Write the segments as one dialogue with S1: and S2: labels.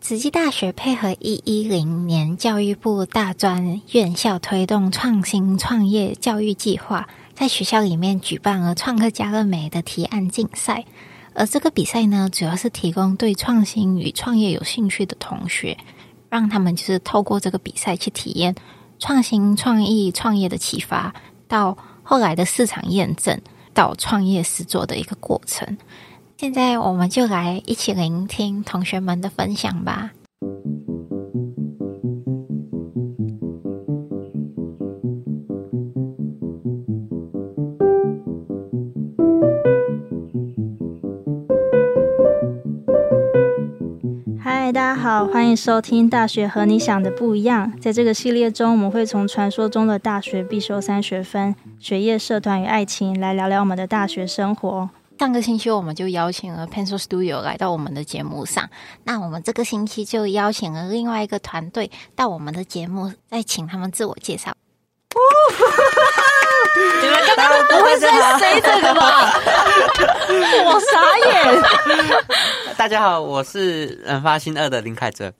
S1: 慈济大学配合一一零年教育部大专院校推动创新创业教育计划，在学校里面举办了“创客家乐美”的提案竞赛。而这个比赛呢，主要是提供对创新与创业有兴趣的同学，让他们就是透过这个比赛去体验创新、创意、创业的启发，到后来的市场验证，到创业实作的一个过程。现在我们就来一起聆听同学们的分享吧。
S2: 嗨，大家好，欢迎收听《大学和你想的不一样》。在这个系列中，我们会从传说中的大学必修三学分、学业、社团与爱情来聊聊我们的大学生活。
S1: 上个星期我们就邀请了 Pencil Studio 来到我们的节目上，那我们这个星期就邀请了另外一个团队到我们的节目，再请他们自我介绍。
S3: 你们刚刚不会是在谁这个吧？我傻眼。
S4: 大家好，我是人发新二的林凯哲。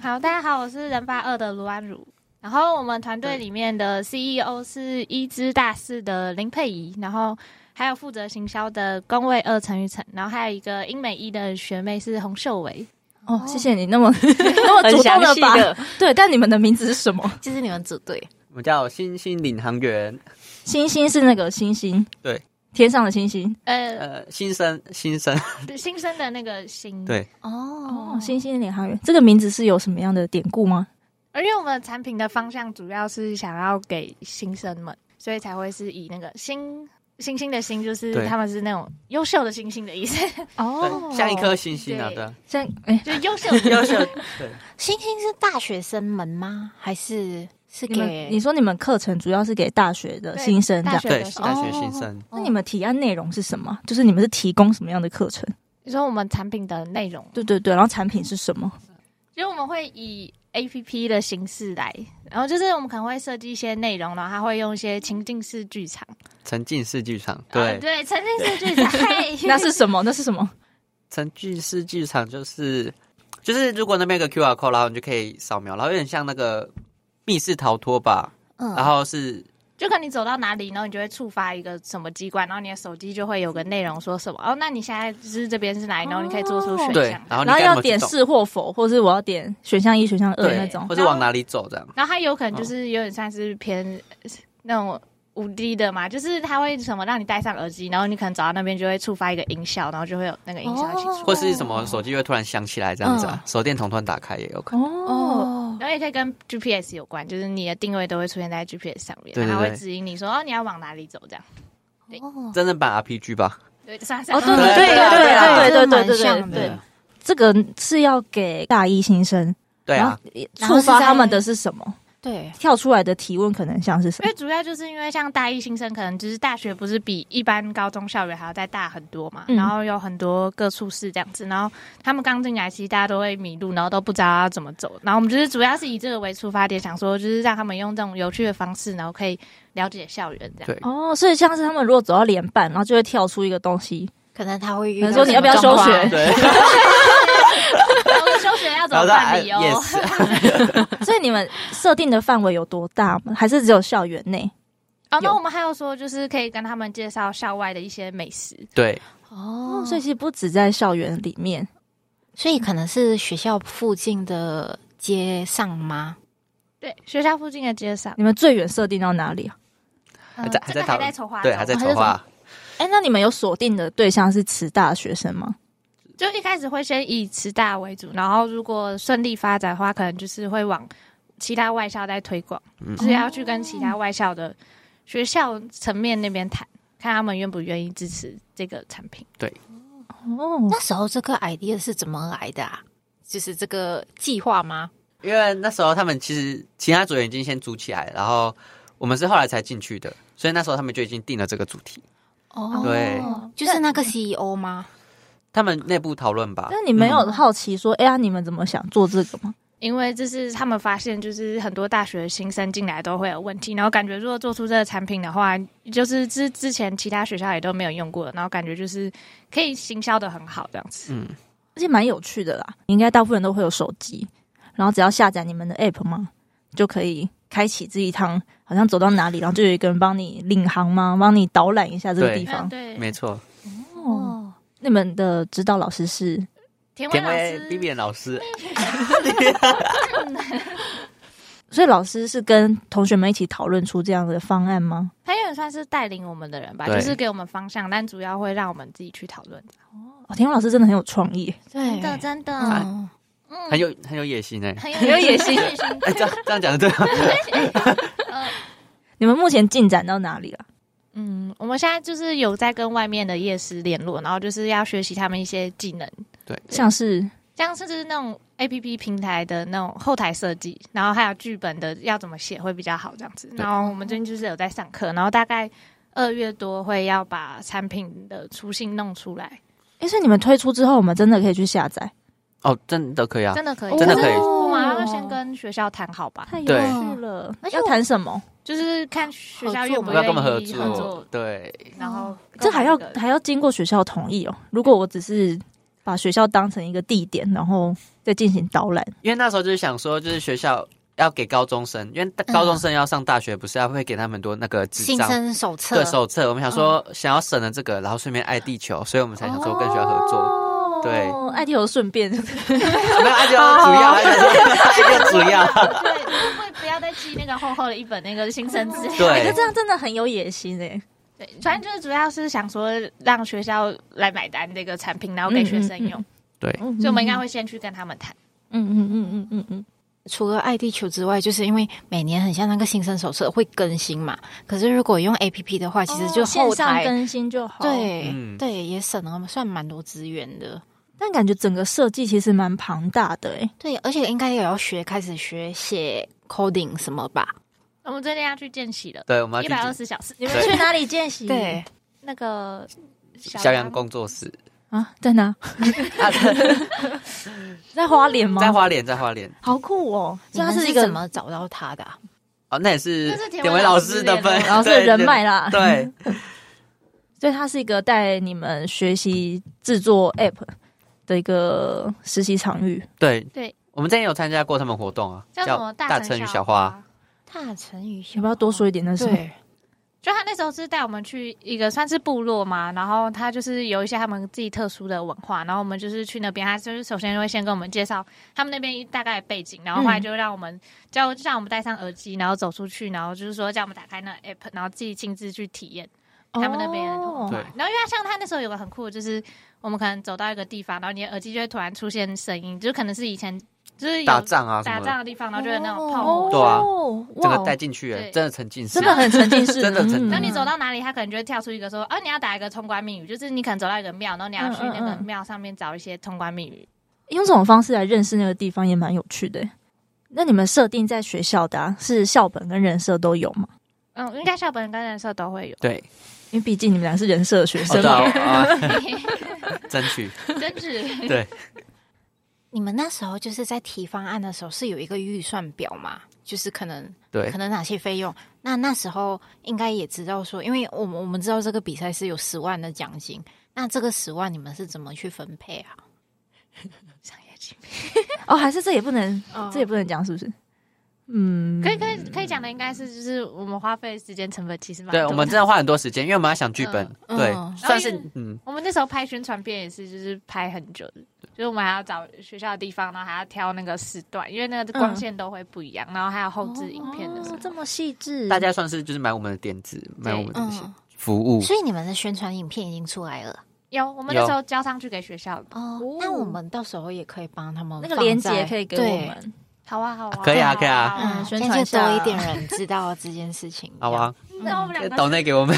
S3: 好，大家好，我是人发二的卢安如。然后我们团队里面的 CEO 是一支大四的林佩仪，然后还有负责行销的工位二陈玉成，然后还有一个英美一的学妹是洪秀维。
S2: 哦，谢谢你那么那么主动地把
S5: 很详细的
S2: 对，但你们的名字是什么？
S1: 就是你们组队，
S4: 我们叫星星领航员，
S2: 星星是那个星星，
S4: 对，
S2: 天上的星星。
S3: 呃，
S4: 呃，新生新生，
S3: 新生的那个新
S4: 对，
S2: 哦，星星领航员这个名字是有什么样的典故吗？
S3: 而且我们产品的方向主要是想要给新生们，所以才会是以那个新星星的星，就是
S4: 对
S3: 他们是那种优秀的星星的意思，
S2: 哦
S4: 对像一颗星星啊，
S3: 对
S4: 对啊，
S2: 像哎，
S3: 就是优秀
S4: 优秀，对，
S1: 星星是大学生们吗？还是是
S2: 你
S1: 给
S2: 们你说你们课程主要是给大学的新生这
S3: 大
S2: 样，
S3: 学
S4: 对
S3: 的，时候
S4: 大学新
S5: 哦
S4: 生，
S2: 那你们提案内容是什么？就是你们是提供什么样的课程？
S3: 你说我们产品的内容，
S2: 对对对，然后产品是什么？
S3: 就是我们会以 A P P 的形式来，然后就是我们可能会设计一些内容，然后它会用一些情境式剧场，
S4: 沉浸式剧场，
S3: 啊
S4: 对，
S3: 对，沉浸式剧场， 嘿
S2: 那 是什么？那是什么？
S4: 沉浸式剧场就是就是如果那边有个 QR code，然后你就可以扫描，然后有点像那个密室逃脱吧，
S1: 嗯
S4: 然后是
S3: 就可能你走到哪里，然后你就会触发一个什么机关，然后你的手机就会有个内容说什么哦，那你现在就是这边是哪里，然后你可以做出选
S4: 对
S3: 项，，
S4: 然后哦你
S2: 然后
S4: 该怎
S2: 要
S4: 么去
S2: 点
S4: 动
S2: 是或否，或是我要点选项一、选项二
S4: 对
S2: 那种
S4: 或。是往哪里走这样，
S3: 然后它有可能就是有点像是偏呃那种五 D 的嘛，就是它会什么让你戴上耳机，然后你可能走到那边就会触发一个音效，然后就会有那个音效一起出，
S4: 或是什么手机会突然响起来这样子啊，手电筒突然打开也有可能。
S2: 哦，
S3: 然后也可以跟 GPS 有关，就是你的定位都会出现在 GPS 上面，
S4: 对对
S3: 然后它会
S4: 对
S3: 指引你说哦你要往哪里走这样。
S1: 哦
S4: 真正版 RPG 吧，
S3: 对，算
S2: 哦，对对
S4: 对
S2: 对
S4: 对
S2: 对对对
S1: 蛮
S2: 对对
S1: 像的
S2: 对，这个是要给大一新生，
S4: 对
S2: 然
S4: 啊
S2: 后，触发他们的是什么？
S1: 对
S2: 跳出来的提问可能像是什
S3: 因
S2: 么
S3: 为？主要就是因为像大一新生，可能就是大学不是比一般高中校园还要再大很多嘛，
S2: 嗯
S3: 然后有很多各处室这样子，然后他们刚进来，其实大家都会迷路，然后都不知道要怎么走，然后我们就是主要是以这个为出发点，想说就是让他们用这种有趣的方式，然后可以了解校园这样。
S4: 对
S2: 哦，所以像是他们如果走到连半，然后就会跳出一个东西，
S1: 可能他会遇
S2: 可
S1: 到
S2: 能说你要不要
S1: 什么
S2: 休
S1: 状况
S2: 学？
S4: 对，
S3: 然后 休学要怎么办理
S4: 然
S3: 哦
S4: 后？在 yes
S2: 所以你们设定的范围有多大吗？还是只有校园内？
S3: 哦，那
S2: 有
S3: 我们还有说就是可以跟他们介绍校外的一些美食，
S4: 对
S1: 哦，
S2: 所以其实不止在校园里面，
S1: 所以可能是学校附近的街上吗？
S3: 对，学校附近的街上，
S2: 你们最远设定到哪里啊？
S4: 还在
S3: 呃
S4: 还
S3: 这
S4: 在
S3: 个还
S4: 讨
S3: 在筹划中，
S4: 对还在
S2: 还
S4: 筹
S2: 在
S4: 划，
S2: 哎，那你们有锁定的对象是慈大学生吗？
S3: 就一开始会先以慈大为主，然后如果顺利发展的话，可能就是会往其他外校再推广，
S4: 嗯
S3: 就是要去跟其他外校的学校层面那边谈，看他们愿不愿意支持这个产品。
S2: 哦，
S1: 那时候这个 idea 是怎么来的啊？就是这个计划吗？
S4: 因为那时候他们其实其他组员已经先组起来，然后我们是后来才进去的，所以那时候他们就已经定了这个主题，
S1: 哦
S4: 对，
S1: 就是那个 CEO 吗？
S4: 他们内部讨论吧。
S2: 那你没有好奇说，哎呀，你们怎么想做这个吗？
S3: 因为这是他们发现，就是很多大学新生进来都会有问题，然后感觉如果做出这个产品的话，就是之之前其他学校也都没有用过，然后感觉就是可以行销的很好这样子。
S4: 嗯，
S5: 而且蛮有趣的啦。应该大部分人都会有手机，然后只要下载你们的 app 嘛，就可以开启这一趟，好像走到哪里，然后就有一个人帮你领航嘛， 帮你导览一下这个
S4: 对
S5: 地
S3: 嗯
S5: 方。
S3: 对，
S4: 没错，
S5: 哦，，你们的指导老师是
S3: 田伟
S4: 田
S3: 老
S4: 薇
S3: 师
S4: B B 老师，
S5: 所以老师是跟同学们一起讨论出这样的方案吗？
S3: 他有点算是带领我们的人吧，
S4: 对
S3: 就是给我们方向，但主要会让我们自己去讨论。
S5: 哦，田文老师真的很有创意，
S1: 对，
S3: 真的，
S1: 嗯，
S3: 嗯
S4: 很有很有野心哎、
S3: 很
S5: 很有野心
S3: 野心
S4: 哎、这样这样讲对吗？
S5: 你们目前进展到哪里了？
S3: 嗯，我们现在就是有在跟外面的夜市联络，然后就是要学习他们一些技能，
S5: 像是
S3: 像是就是那种 A P P 平台的那种后台设计，然后还有剧本的要怎么写会比较好这样子。然后我们最近就是有在上课，然后大概二月多会要把产品的雏形弄出来，
S5: 诶，所以你们推出之后，我们真的可以去下载，
S4: 哦，真的可以啊，
S3: 真的可以，
S5: 哦
S4: 真的可以
S3: 我们要先跟学校谈好吧，
S5: 太有
S4: 对
S5: 趣了。
S3: 而且
S5: 要
S3: 我
S5: 谈什么？
S3: 就是看学校愿不
S4: 我要
S3: 愿
S4: 跟我
S3: 意
S4: 们合
S3: 合
S4: 作，对，
S3: 然后
S5: 哦这还要
S3: 跟我们的
S5: 还要经过学校同意哦。如果我只是把学校当成一个地点，然后再进行导览，
S4: 因为那时候就是想说，就是学校要给高中生，因为大高中生要上大学，不是要会给他们很多那个智
S1: 新
S4: 障
S1: 生手册
S4: 对，手册。我们想说，
S3: 嗯
S4: 想要省了这个，然后顺便爱地球，所以我们才想说跟学校合
S3: 哦
S4: 作。
S5: 作
S4: 对
S5: 哦
S4: 啊
S5: 爱迪欧顺便
S4: 没有，爱地球主要，爱地球主要，
S3: 对，会不会不要再寄那个厚厚的一本那个新生 资料？
S5: 哎那
S4: 对
S5: 这样真的很有野心哎。
S3: 对，反正就是主要是想说让学校来买单这个产品，然后
S4: 嗯
S3: 给学生用，
S4: 对，
S5: 所
S3: 所以我们应该会先去跟他们谈。
S5: 嗯嗯嗯嗯嗯嗯，
S1: 除了爱地球之外，就是因为每年很像那个新生手册会更新嘛。可是如果用 A P P 的话，其实就
S5: 哦线
S1: 后
S5: 上
S1: 台、
S5: 更新就好。，
S1: 对、
S4: 嗯
S1: 对也省了算蛮多资源的。
S5: 但感觉整个设计其实蛮庞大的哎。
S1: 对，而且应该也要学开始学写 coding 什么吧？
S3: 我们最近要去见习了，
S4: 对，我们
S3: 一
S4: 要
S3: 百二
S4: 去
S3: 十小时，
S5: 你
S4: 对
S5: 们去哪里见习？
S1: 对，
S3: 那个
S4: 小羊工作室，
S5: 啊，在哪？在花莲吗？
S4: 在花莲，在花莲。
S5: 好酷哦！
S1: 你
S5: 所以它
S1: 们
S5: 是一
S1: 是
S5: 个
S1: 怎么找到他的啊、
S4: 哦，那也是
S3: 那是田
S4: 典
S3: 文
S4: 韦
S3: 老
S4: 老
S3: 师
S4: 师的
S3: 的
S4: 分，
S5: 然后是
S4: 对
S5: 人脉。啦，
S4: 对，对，
S5: 所以它是一个带你们学习制作 App 的一个实习场域。
S4: 对
S3: 对，
S4: 我们之前有参加过他们活动啊，
S3: 叫什么
S4: 大
S3: 城
S4: 城与
S3: 小
S4: 小花，，
S1: 大成语
S5: 要不要多说一点？那是什么
S1: 对，
S3: 就他那时候是带我们去一个算是部落嘛，然后他就是有一些他们自己特殊的文化，然后我们就是去那边，他就是首先会先跟我们介绍他们那边大概的背景，然后后来就让我们叫就让我们戴上耳机，然后走出去，然后就是说叫我们打开那个 app，然后自己亲自去体验他们那边的文化。
S4: 对
S3: 然后因为他像他那时候有个很酷的，就是我们可能走到一个地方，然后你的耳机就会突然出现声音，就可能是以前就是有
S4: 打仗啊什
S3: 打
S4: 么
S3: 仗
S4: 的，
S3: 的地方，然后就有那种泡沫。
S4: 对啊
S5: 哦
S4: 整
S5: 哇
S4: 个
S5: 哦，
S4: 带进去，哎
S3: 对
S4: 真的沉浸式，
S5: 真的嗯很沉浸 式，
S4: 真的沉浸
S3: 当你走到哪里，他可能就会跳出一个说：“啊，你要打一个通关密语，就是你可能走到一个庙，然后你要去那个
S5: 嗯嗯嗯
S3: 庙上面找一些通关密语。
S5: 用这种方式来认识那个地方也蛮有趣的。欸那你们设定在学校的、啊、是校本跟人社都有吗？
S3: 嗯”应该校本跟人社都会有，
S4: 对，
S5: 因为毕竟你们俩是人社学
S4: 哦对
S5: 生嘛。
S4: 啊， 啊争取，
S3: 真是
S4: 对，
S1: 你们那时候就是在提方案的时候是有一个预算表嘛？就是可能
S4: 对
S1: 可，能哪些费用？那那时候应该也知道说，因为我们我们知道这个比赛是有十万的奖金，那这个十万你们是怎么去分配啊？
S3: 商业机密。
S5: 哦，还是这也不能，这也不能讲，是不是？嗯，
S3: 可以可以可以讲的应该是就是我们花费时间成本其实蛮多
S4: 对，
S3: 的
S4: 我们真的花很多时间，因为我们要想剧本，
S1: 嗯
S4: 对
S1: 嗯，
S4: 算
S3: 然后
S4: 是嗯，
S3: 我们那时候拍宣传片也是就是拍很久的，就是我们还要找学校的地方，然后还要挑那个时段，因为那个光线都会不一样，然后还有后置影片的时候
S5: 哦。这么细致，
S4: 大家算是就是买我们的点子，买我们的
S1: 嗯，
S4: 服务，
S1: 所以你们的宣传影片已经出来了
S3: 有，我们那时候交上去给学校的。
S1: 哦
S5: 哦
S1: 那我们到时候也可以帮他们
S5: 那个
S1: 放
S5: 链
S1: 在
S5: 接可以给我，们。
S3: 好啊，好啊，
S4: 可以啊可以啊
S3: 好
S1: 对
S3: 好
S1: 嗯，
S3: 好
S5: 宣
S1: 这样
S5: 传一
S1: 就多
S5: 下
S1: 一点人知道这件事情。
S4: 好啊，
S3: 那我们两个
S4: 抖内给我们，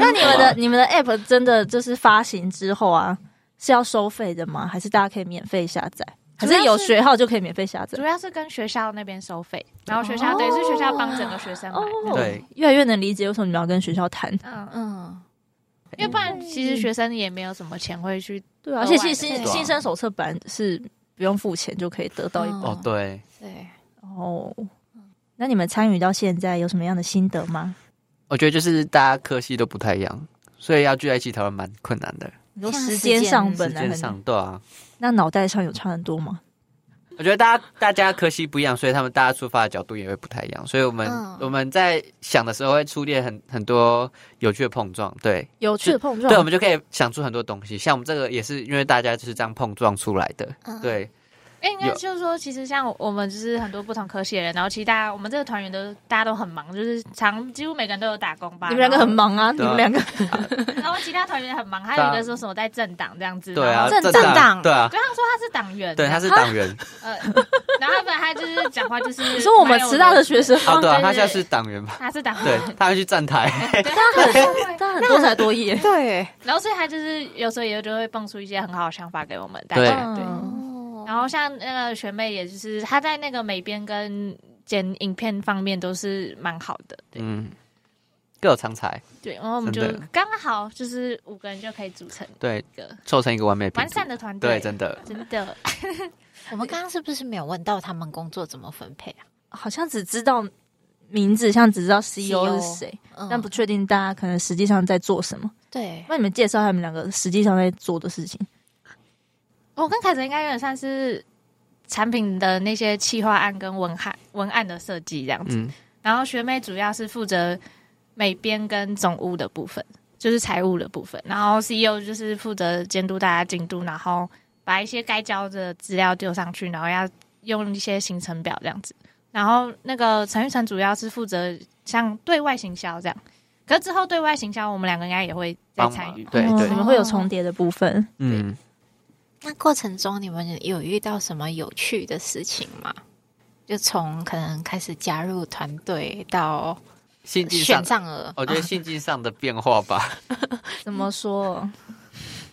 S5: 那你们的 你们的 app 真的就是发行之后啊，是要收费的吗？还是大家可以免费下载？还
S3: 主要
S5: 是
S3: 是
S5: 有学号就可以免费下载
S3: 主？要是跟学校那边收费，
S5: 哦
S3: 然后学校、等于是学校帮整个学生买，
S4: 对，
S5: 越来越能理解为什么你们要跟学校谈。
S3: 嗯，
S1: 嗯，
S3: 因为不然其实学生也没有什么钱会去，
S5: 对
S3: 啊
S5: 而且其实
S1: 对
S5: 新
S1: 啊
S5: 新生手册版是不用付钱就可以得到一本。
S1: 嗯
S4: 哦对，
S1: 对，
S5: 哦，那你们参与到现在有什么样的心得吗？
S4: 我觉得就是大家科系都不太一样，所以要聚在一起讨论蛮困难的，
S5: 你说
S1: 像
S5: 时
S1: 时
S5: 间
S1: 间
S5: 上
S1: 嗯
S5: 本
S4: 时
S5: 来
S4: 间
S5: 很，
S4: 上对啊。
S5: 那脑袋上有差很多吗？
S4: 我觉得大家大家科系不一样，所以他们大家出发的角度也会不太一样，所以我们、
S1: 嗯
S4: 我们在想的时候会出现很很多有趣的碰撞，对
S5: 有趣的碰撞，
S4: 对，我啊们就可以想出很多东西。像我们这个也是因为大家就是这样碰撞出来的，
S1: 嗯
S4: 对
S3: 哎，应该
S4: 有
S3: 就是说，其实像我们就是很多不同科系的人，然后其实大家我们这个团员都大家都很忙，就是常几乎每个人都有打工吧。
S5: 你们两个很忙啊，你
S4: 对啊
S5: 们两个
S3: 然后，然后其他团员很忙，还有一个说什么在政党这样子。
S4: 对
S3: 嗯然
S4: 啊，
S3: 后
S1: 正
S4: 这
S1: 正党
S4: 对啊，
S3: 对他说他是党员，
S4: 对，他是党 员哦
S3: 呃，然后本来他就是讲话就是
S5: 你 说我们师大的学生
S4: 啊，对啊，
S3: 对
S4: 他
S3: 对
S4: 现在是党员吧？
S3: 他是党
S4: 对
S3: 员，，
S4: 他会去站台，
S5: 他很多才多
S1: 嗯
S5: 艺耶，
S1: 对，
S3: 然后所以他就是有时候也就会蹦出一些很好的想法给我们大
S4: 对
S3: 家。对，
S5: 嗯
S1: 哦
S3: 然后像那个学妹，也就是她在那个美编跟剪影片方面都是蛮好的，对、
S4: 嗯，各有长才，
S3: 对，然后我们就
S4: 真的
S3: 刚好就是五个人就可以组成
S4: 对，
S3: 一个
S4: 凑成一个完美的拼
S3: 完
S4: 图
S3: 善，的团队，
S4: 对，真的。
S3: 真的，
S1: 我们刚刚是不是没有问到他们工作怎么分配啊？
S5: 好像只知道名字，像只知道 CEO 是谁，
S1: 嗯
S5: 但不确定大家可能实际上在做什么。
S1: 对，
S5: 那你们介绍一下你们两个实际上在做的事情。
S3: 我哦跟凯子应该有点算是产品的那些企划案跟文案文案的设计这样子，
S4: 嗯，
S3: 然后学妹主要是负责美编跟总务的部分，就是财务的部分，然后 CEO 就是负责监督大家进度，然后把一些该交的资料丢上去，然后要用一些行程表这样子。然后那个陈玉成主要是负责像对外行销这样，可是之后对外行销我们两个应该也会再
S4: 帮
S3: 参
S4: 忙
S3: 与，，
S4: 对
S5: 哦
S4: 对
S5: 你，们会有重叠的部分。
S4: 嗯，
S1: 那过程中你们有遇到什么有趣的事情吗？就从可能开始加入团队到
S4: 性境上哦
S1: 选，上了，啊
S4: 我觉得性境上的变化吧，
S5: 怎么说？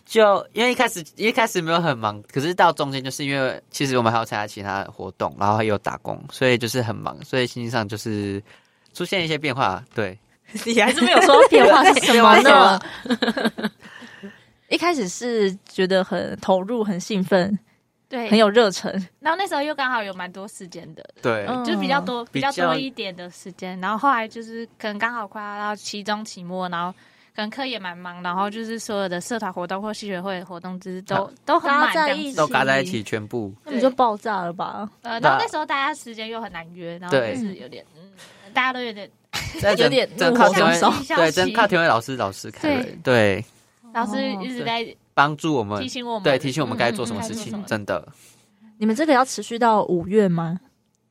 S4: 就因为一开始一开始没有很忙，可是到中间就是因为其实我们还要参加其他活动，然后还有打工，所以就是很忙，所以心情上就是出现一些变化。对，
S5: 你还是没有说变化是什么 呢？一开始是觉得很投入、很兴奋、
S3: 对，
S5: 很有热忱，
S3: 然后那时候又刚好有蛮多时间的，
S4: 对，
S5: 嗯
S3: 就是比较多、比
S4: 比
S3: 较
S4: 较
S3: 多一点的时间，然后后来就是可能刚好快要到期中、期末，然后可能课也蛮忙，然后就是所有的社团活动或系学会的活动，就是都、
S4: 啊
S3: 都很满
S5: 大家
S3: 这
S5: 在
S3: 样
S5: 一
S3: 子。
S5: 起
S4: 都嘎在一起，全部
S5: 那你就爆炸了吧？
S3: 呃，
S4: 那
S3: 然后那时候大家时间又很难约，然后
S4: 对
S3: 就是有点，嗯，大家都有点
S5: 有点
S4: 真
S5: 怒
S4: 靠
S5: 火
S4: 田
S5: 中
S4: 伟
S5: 烧，
S4: 对，真靠田伟老师老师开
S3: 对
S4: 了，对，
S3: 老师一直在
S4: 帮助我们
S3: 提，醒我们，
S4: 对，提醒我们该做什
S3: 嗯
S4: 么
S3: 嗯
S4: 事
S3: 该做什
S4: 情，
S3: 么
S4: 真的
S5: 你们这个要持续到五月吗？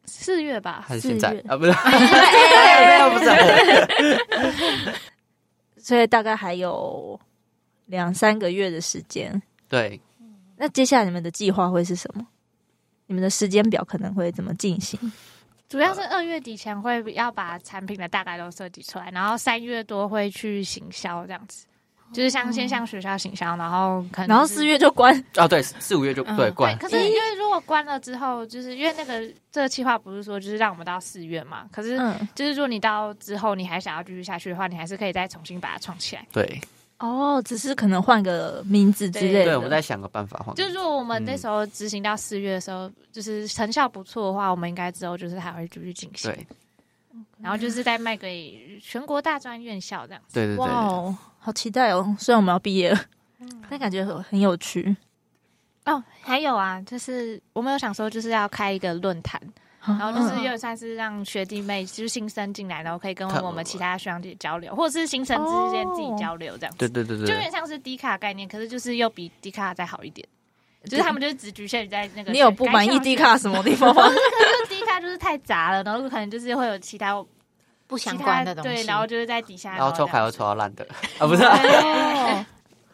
S3: 四月吧，
S4: 还是现在
S5: 四月
S4: 啊，不是，
S5: 对，
S4: 不是，
S5: 所以大概还有两三个月的时间。
S4: 对，
S5: 那接下来你们的计划会是什么？你们的时间表可能会怎么进行？
S3: 主要是二月底前会要把产品的大概都设计出来，然后三月多会去行销这样子，就是像先向学校行销，哦然后可能
S5: 然后
S3: 是
S5: 四月 就关，
S4: 哦，对，四五月就对
S3: 对，
S4: 关，
S3: 可是因为如果关了之后，就是因为那个这个计划不是说就是让我们到四月嘛，可是
S5: 嗯，
S3: 就是如果你到之后你还想要继续下去的话，你还是可以再重新把它创起来。
S4: 对，
S5: 哦，只是可能换个名字之类的。
S4: 对，我们再想个办法，换
S3: 就
S4: 个
S3: 是如果我们那时候执行到四月的时候，就是成效不错的话，我们应该之后就是还会继续进行，
S4: 对，
S3: 然后就是再卖给全国大专院校这样。
S4: 对对对
S5: 哇
S4: 对，
S5: 哦，好期待哦！虽然我们要毕业了，但感觉很很有趣。
S3: 哦，还有啊，就是我们有想说，就是要开一个论坛，
S5: 然
S3: 然后就是又算是让学弟妹就是新生进来，然后可以跟
S4: 看
S3: 我们其哦他学长姐交流，或者是新生之间自己交流这样
S4: 对
S3: 子，
S4: 对对对
S3: 就
S4: 对
S3: 有点。像是迪卡概念，可是就是又比迪卡再好一点。就是他们就是只局限于在那个，
S5: 你有不满意 D 卡？什么地方吗？
S3: 就迪卡就是太杂了，然后可能就是会有其他
S1: 不相
S3: 其
S1: 关
S3: 他
S1: 的东西。
S3: 对，然后就是在底下，
S4: 然后抽
S3: 这
S4: 牌
S3: 样
S4: 又
S3: 子
S4: 抽到烂的 啊，不是啊，
S3: 对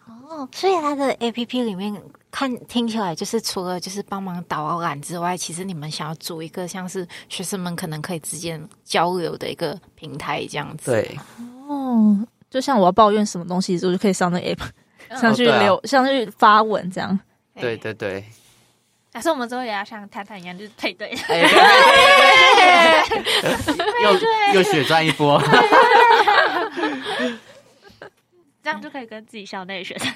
S1: 哦，所以它的 A P P 里面看听起来就是除了就是帮忙导览之外，其实你们想要组一个像是学生们可能可以之间交流的一个平台这样子。
S4: 对，
S5: 哦， 就像我要抱怨什么东西，我就可以上那个 app，
S3: 嗯
S5: 上去
S4: 哦对啊
S5: 留，上去发文这样。
S4: 对
S1: 哎
S4: 对对，
S3: 但啊是我们之后也要像探探一样，就是 配对，
S4: 哎，又又血赚一波，
S3: 这样就可以跟自己校内的学生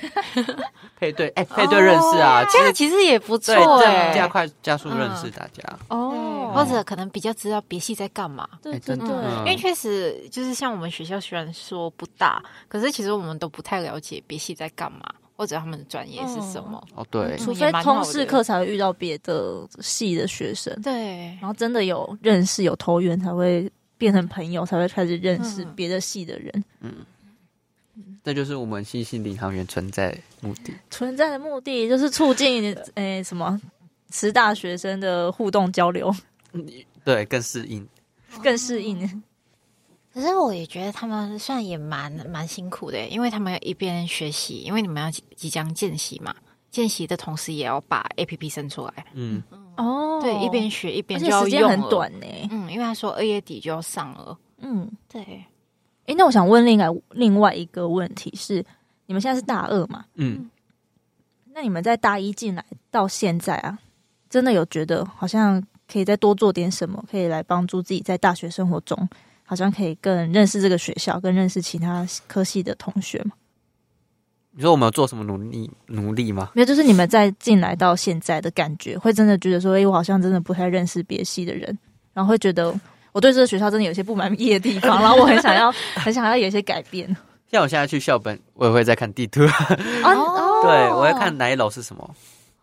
S4: 配对，哎，配对认识啊，
S1: 哦
S4: 其
S1: 这样
S4: 实
S1: 其实也不错
S4: 对，这
S1: 哎、
S4: 样加快加速认识大家，
S5: 哦
S1: 或者可能比较知道别系在干嘛。
S5: 对
S4: 哎
S5: 对
S4: 真
S5: 对
S4: 的，
S1: 因
S4: 嗯
S1: 为确实就是像我们学校虽然说不大，可是其实我们都不太了解别系在干嘛，
S6: 或者他们的专业是什么。
S4: 哦，对，
S5: 除非通识课才会遇到别的系的学生，
S6: 对，
S5: 然后真的有认识有投缘才会变成朋友，才会开始认识别的系的人。
S4: 这就是我们新兴领航员存在目的。
S5: 存在的目的就是促进诶、什么师大学生的互动交
S1: 哦
S5: 流，
S4: 对，更适应。
S5: 更适应。
S1: 可是我也觉得他们算也蛮蛮辛苦的，因为他们要一边学习，因为你们要即即将见习嘛，见习的同时也要把 A P P 生出来，
S4: 嗯，
S5: 哦
S1: 对，一边学一
S5: 而
S1: 边就
S5: 且
S1: 要
S5: 时间
S1: 用
S5: 很
S1: 了，
S5: 短呢、
S1: 嗯，因为他说二月底就要上了，
S5: 嗯，
S1: 对，
S5: 诶、那我想问另外另外一个问题是，你们现在是大二嘛？
S4: 嗯，
S5: 那你们在大一进来到现在啊，真的有觉得好像可以再多做点什么，可以来帮助自己在大学生活中，好像可以更认识这个学校，更认识其他科系的同学吗？
S4: 你说我们有做什么努力努力吗？
S5: 没有，就是你们在进来到现在的感觉，会真的觉得说，诶、我好像真的不太认识别系的人，然后会觉得我对这个学校真的有些不满意的地方，然后我很想要，很想要有一些改变。
S4: 像我现在去校本，我也会在看地图，
S5: 哦
S4: 对我会看哪一楼是什么。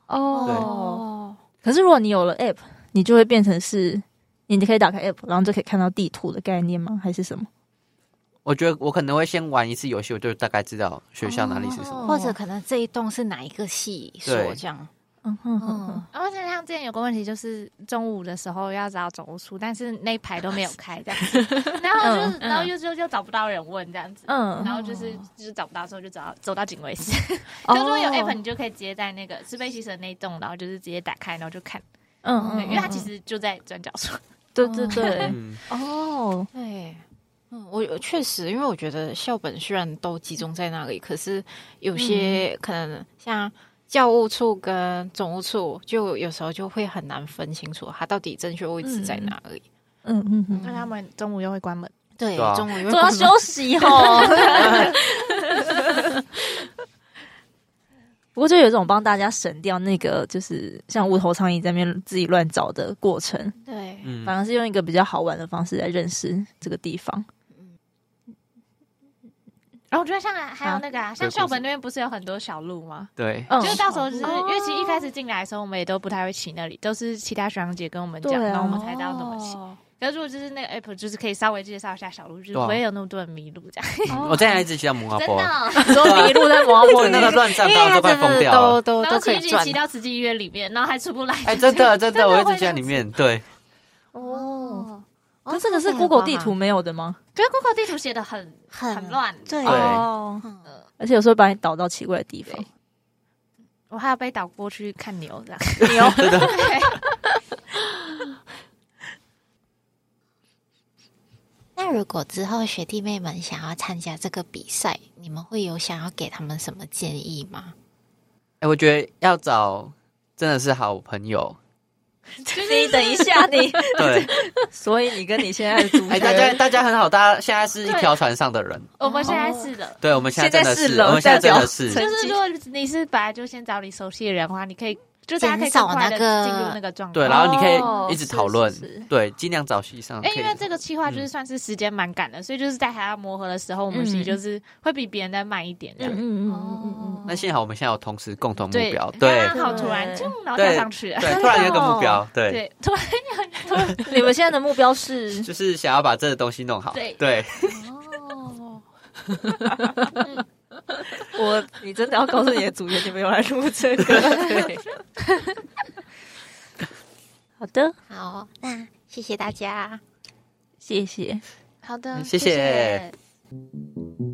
S5: 哦，
S6: 哦，
S5: 可是如果你有了 App，你就会变成是，你可以打开 App，然后就可以看到地图的概念吗？还是什么？
S4: 我觉得我可能会先玩一次游戏，我就大概知道学校哪里是什么。
S5: 哦
S1: 或者可能这一栋是哪一个系所
S4: 对
S1: 这样，
S5: 嗯哼哼哼
S1: 嗯，
S3: 然后像之前有个问题，就是中午的时候要找总务处，但是那一排都没有开这样子，然后就是、然后又就又找不到人问这样子，
S5: 嗯
S3: 然后就是就是找不到之后就找到走到警卫室，
S5: 哦
S1: 嗯
S3: 就如果有 app 你就可以直接在那个是被牺牲那一栋，然后就是直接打开然后就看，
S5: 嗯
S3: 对，因为它其
S5: 嗯
S3: 实就在转角处，
S5: 对对对，
S4: 嗯，
S5: 哦，
S1: 对，嗯，我我确实，因为我觉得校本虽然都集中在那里，可是有些可能像教务处跟总务处，就有时候就会很难分清楚它到底正确位置在哪里。
S5: 嗯嗯嗯，
S3: 那他们中午又会关门。
S1: 对
S4: 对啊
S1: 中午因为
S5: 说到休息哦。 不过就有一种帮大家省掉那个，就是像无头苍蝇在那边自己乱找的过程，
S1: 对，
S4: 嗯
S5: 反而是用一个比较好玩的方式来认识这个地方。
S3: 然后我觉得像还有那个啊，像
S4: 对
S3: 校本那边不是有很多小路吗？
S4: 对，
S5: 嗯
S3: 就是到时候就是，因为其实一开始进来的时候，我们也都不太会骑那里，都是其他学长姐跟我们讲，
S5: 对啊
S3: 然后我们才知道怎么骑。可是如果就是那个 app，就是可以稍微介绍一下小路，就是
S4: 对啊
S3: 不会有那么多人迷路这样。
S4: 我之前一直骑到蒙阿
S3: 真
S4: 波，
S3: 的，
S5: 你说迷 路在摩阿波
S4: 对那个乱站，
S1: 因为
S4: 大家
S1: 它
S4: 都快
S1: 真
S4: 疯
S1: 的
S4: 掉
S1: 都
S4: 了。
S1: 都
S3: 然后
S1: 都可
S3: 骑
S1: 以
S3: 骑
S1: 转
S3: 骑。到慈济医院里面，然后还出不来。
S4: 哎，真 的真
S3: 真
S4: 的，
S3: 的
S4: 我一
S3: 会
S4: 直在里面。对，
S1: 哦，
S5: 可是这个是 Google 地图没有的吗？
S3: 可是 Google 地图写的很
S1: 很
S3: 很，乱，
S1: 对
S4: 对
S5: 哦，
S1: 嗯
S5: 而且有时候把你导到奇怪的地方。
S3: 我还要被导过去看 牛这样。
S1: 那如果之后学弟妹们想要参加这个比赛，你们会有想要给他们什么建议吗？
S4: 哎，我觉得要找真的是好朋友。
S5: 你等一下，你
S4: 对，
S5: 所以你跟你现在的主
S4: 哎，大家大家很好，大家现在是一条船上的人。
S3: 我们现在是的，
S4: 对，我们现在真的
S5: 现在是
S4: 是，
S5: 了
S4: 我们现在真的
S5: 代
S4: 是
S5: 表
S3: 就是如果你是本来就先找你熟悉的人的话，你可以就大家可以
S1: 减少
S3: 更快
S1: 那
S3: 的
S1: 个
S3: 进入那个状态。
S4: 对，然后你可以一直讨论
S5: 哦是是是，
S4: 对，尽量找系上可
S3: 哎、
S4: 以
S3: 因为这个计划
S4: 嗯
S3: 就是算是时间蛮赶的，所以就是在还要磨合的时候，我们其实就是会比别人再慢一点这
S5: 嗯
S3: 样。
S5: 嗯嗯
S3: 哦
S5: 嗯嗯
S4: 嗯那幸好我们现在有同时共同目
S3: 对
S4: 标，，
S3: 刚
S4: 对
S3: 刚好突然
S5: 对
S3: 就然后跳上去了，
S4: 对，突然有一个目标，对，
S3: 对，突然
S5: 嗯，你们现在的目标是
S4: 就是想要把这个东西弄好，
S3: 对
S4: 对，
S3: 哦
S5: 我， 你真的要告诉你的组员，你们有来录这个？好的，
S1: 好，那谢谢大家。
S5: 谢谢。
S4: 嗯
S3: 好的
S4: 谢谢谢谢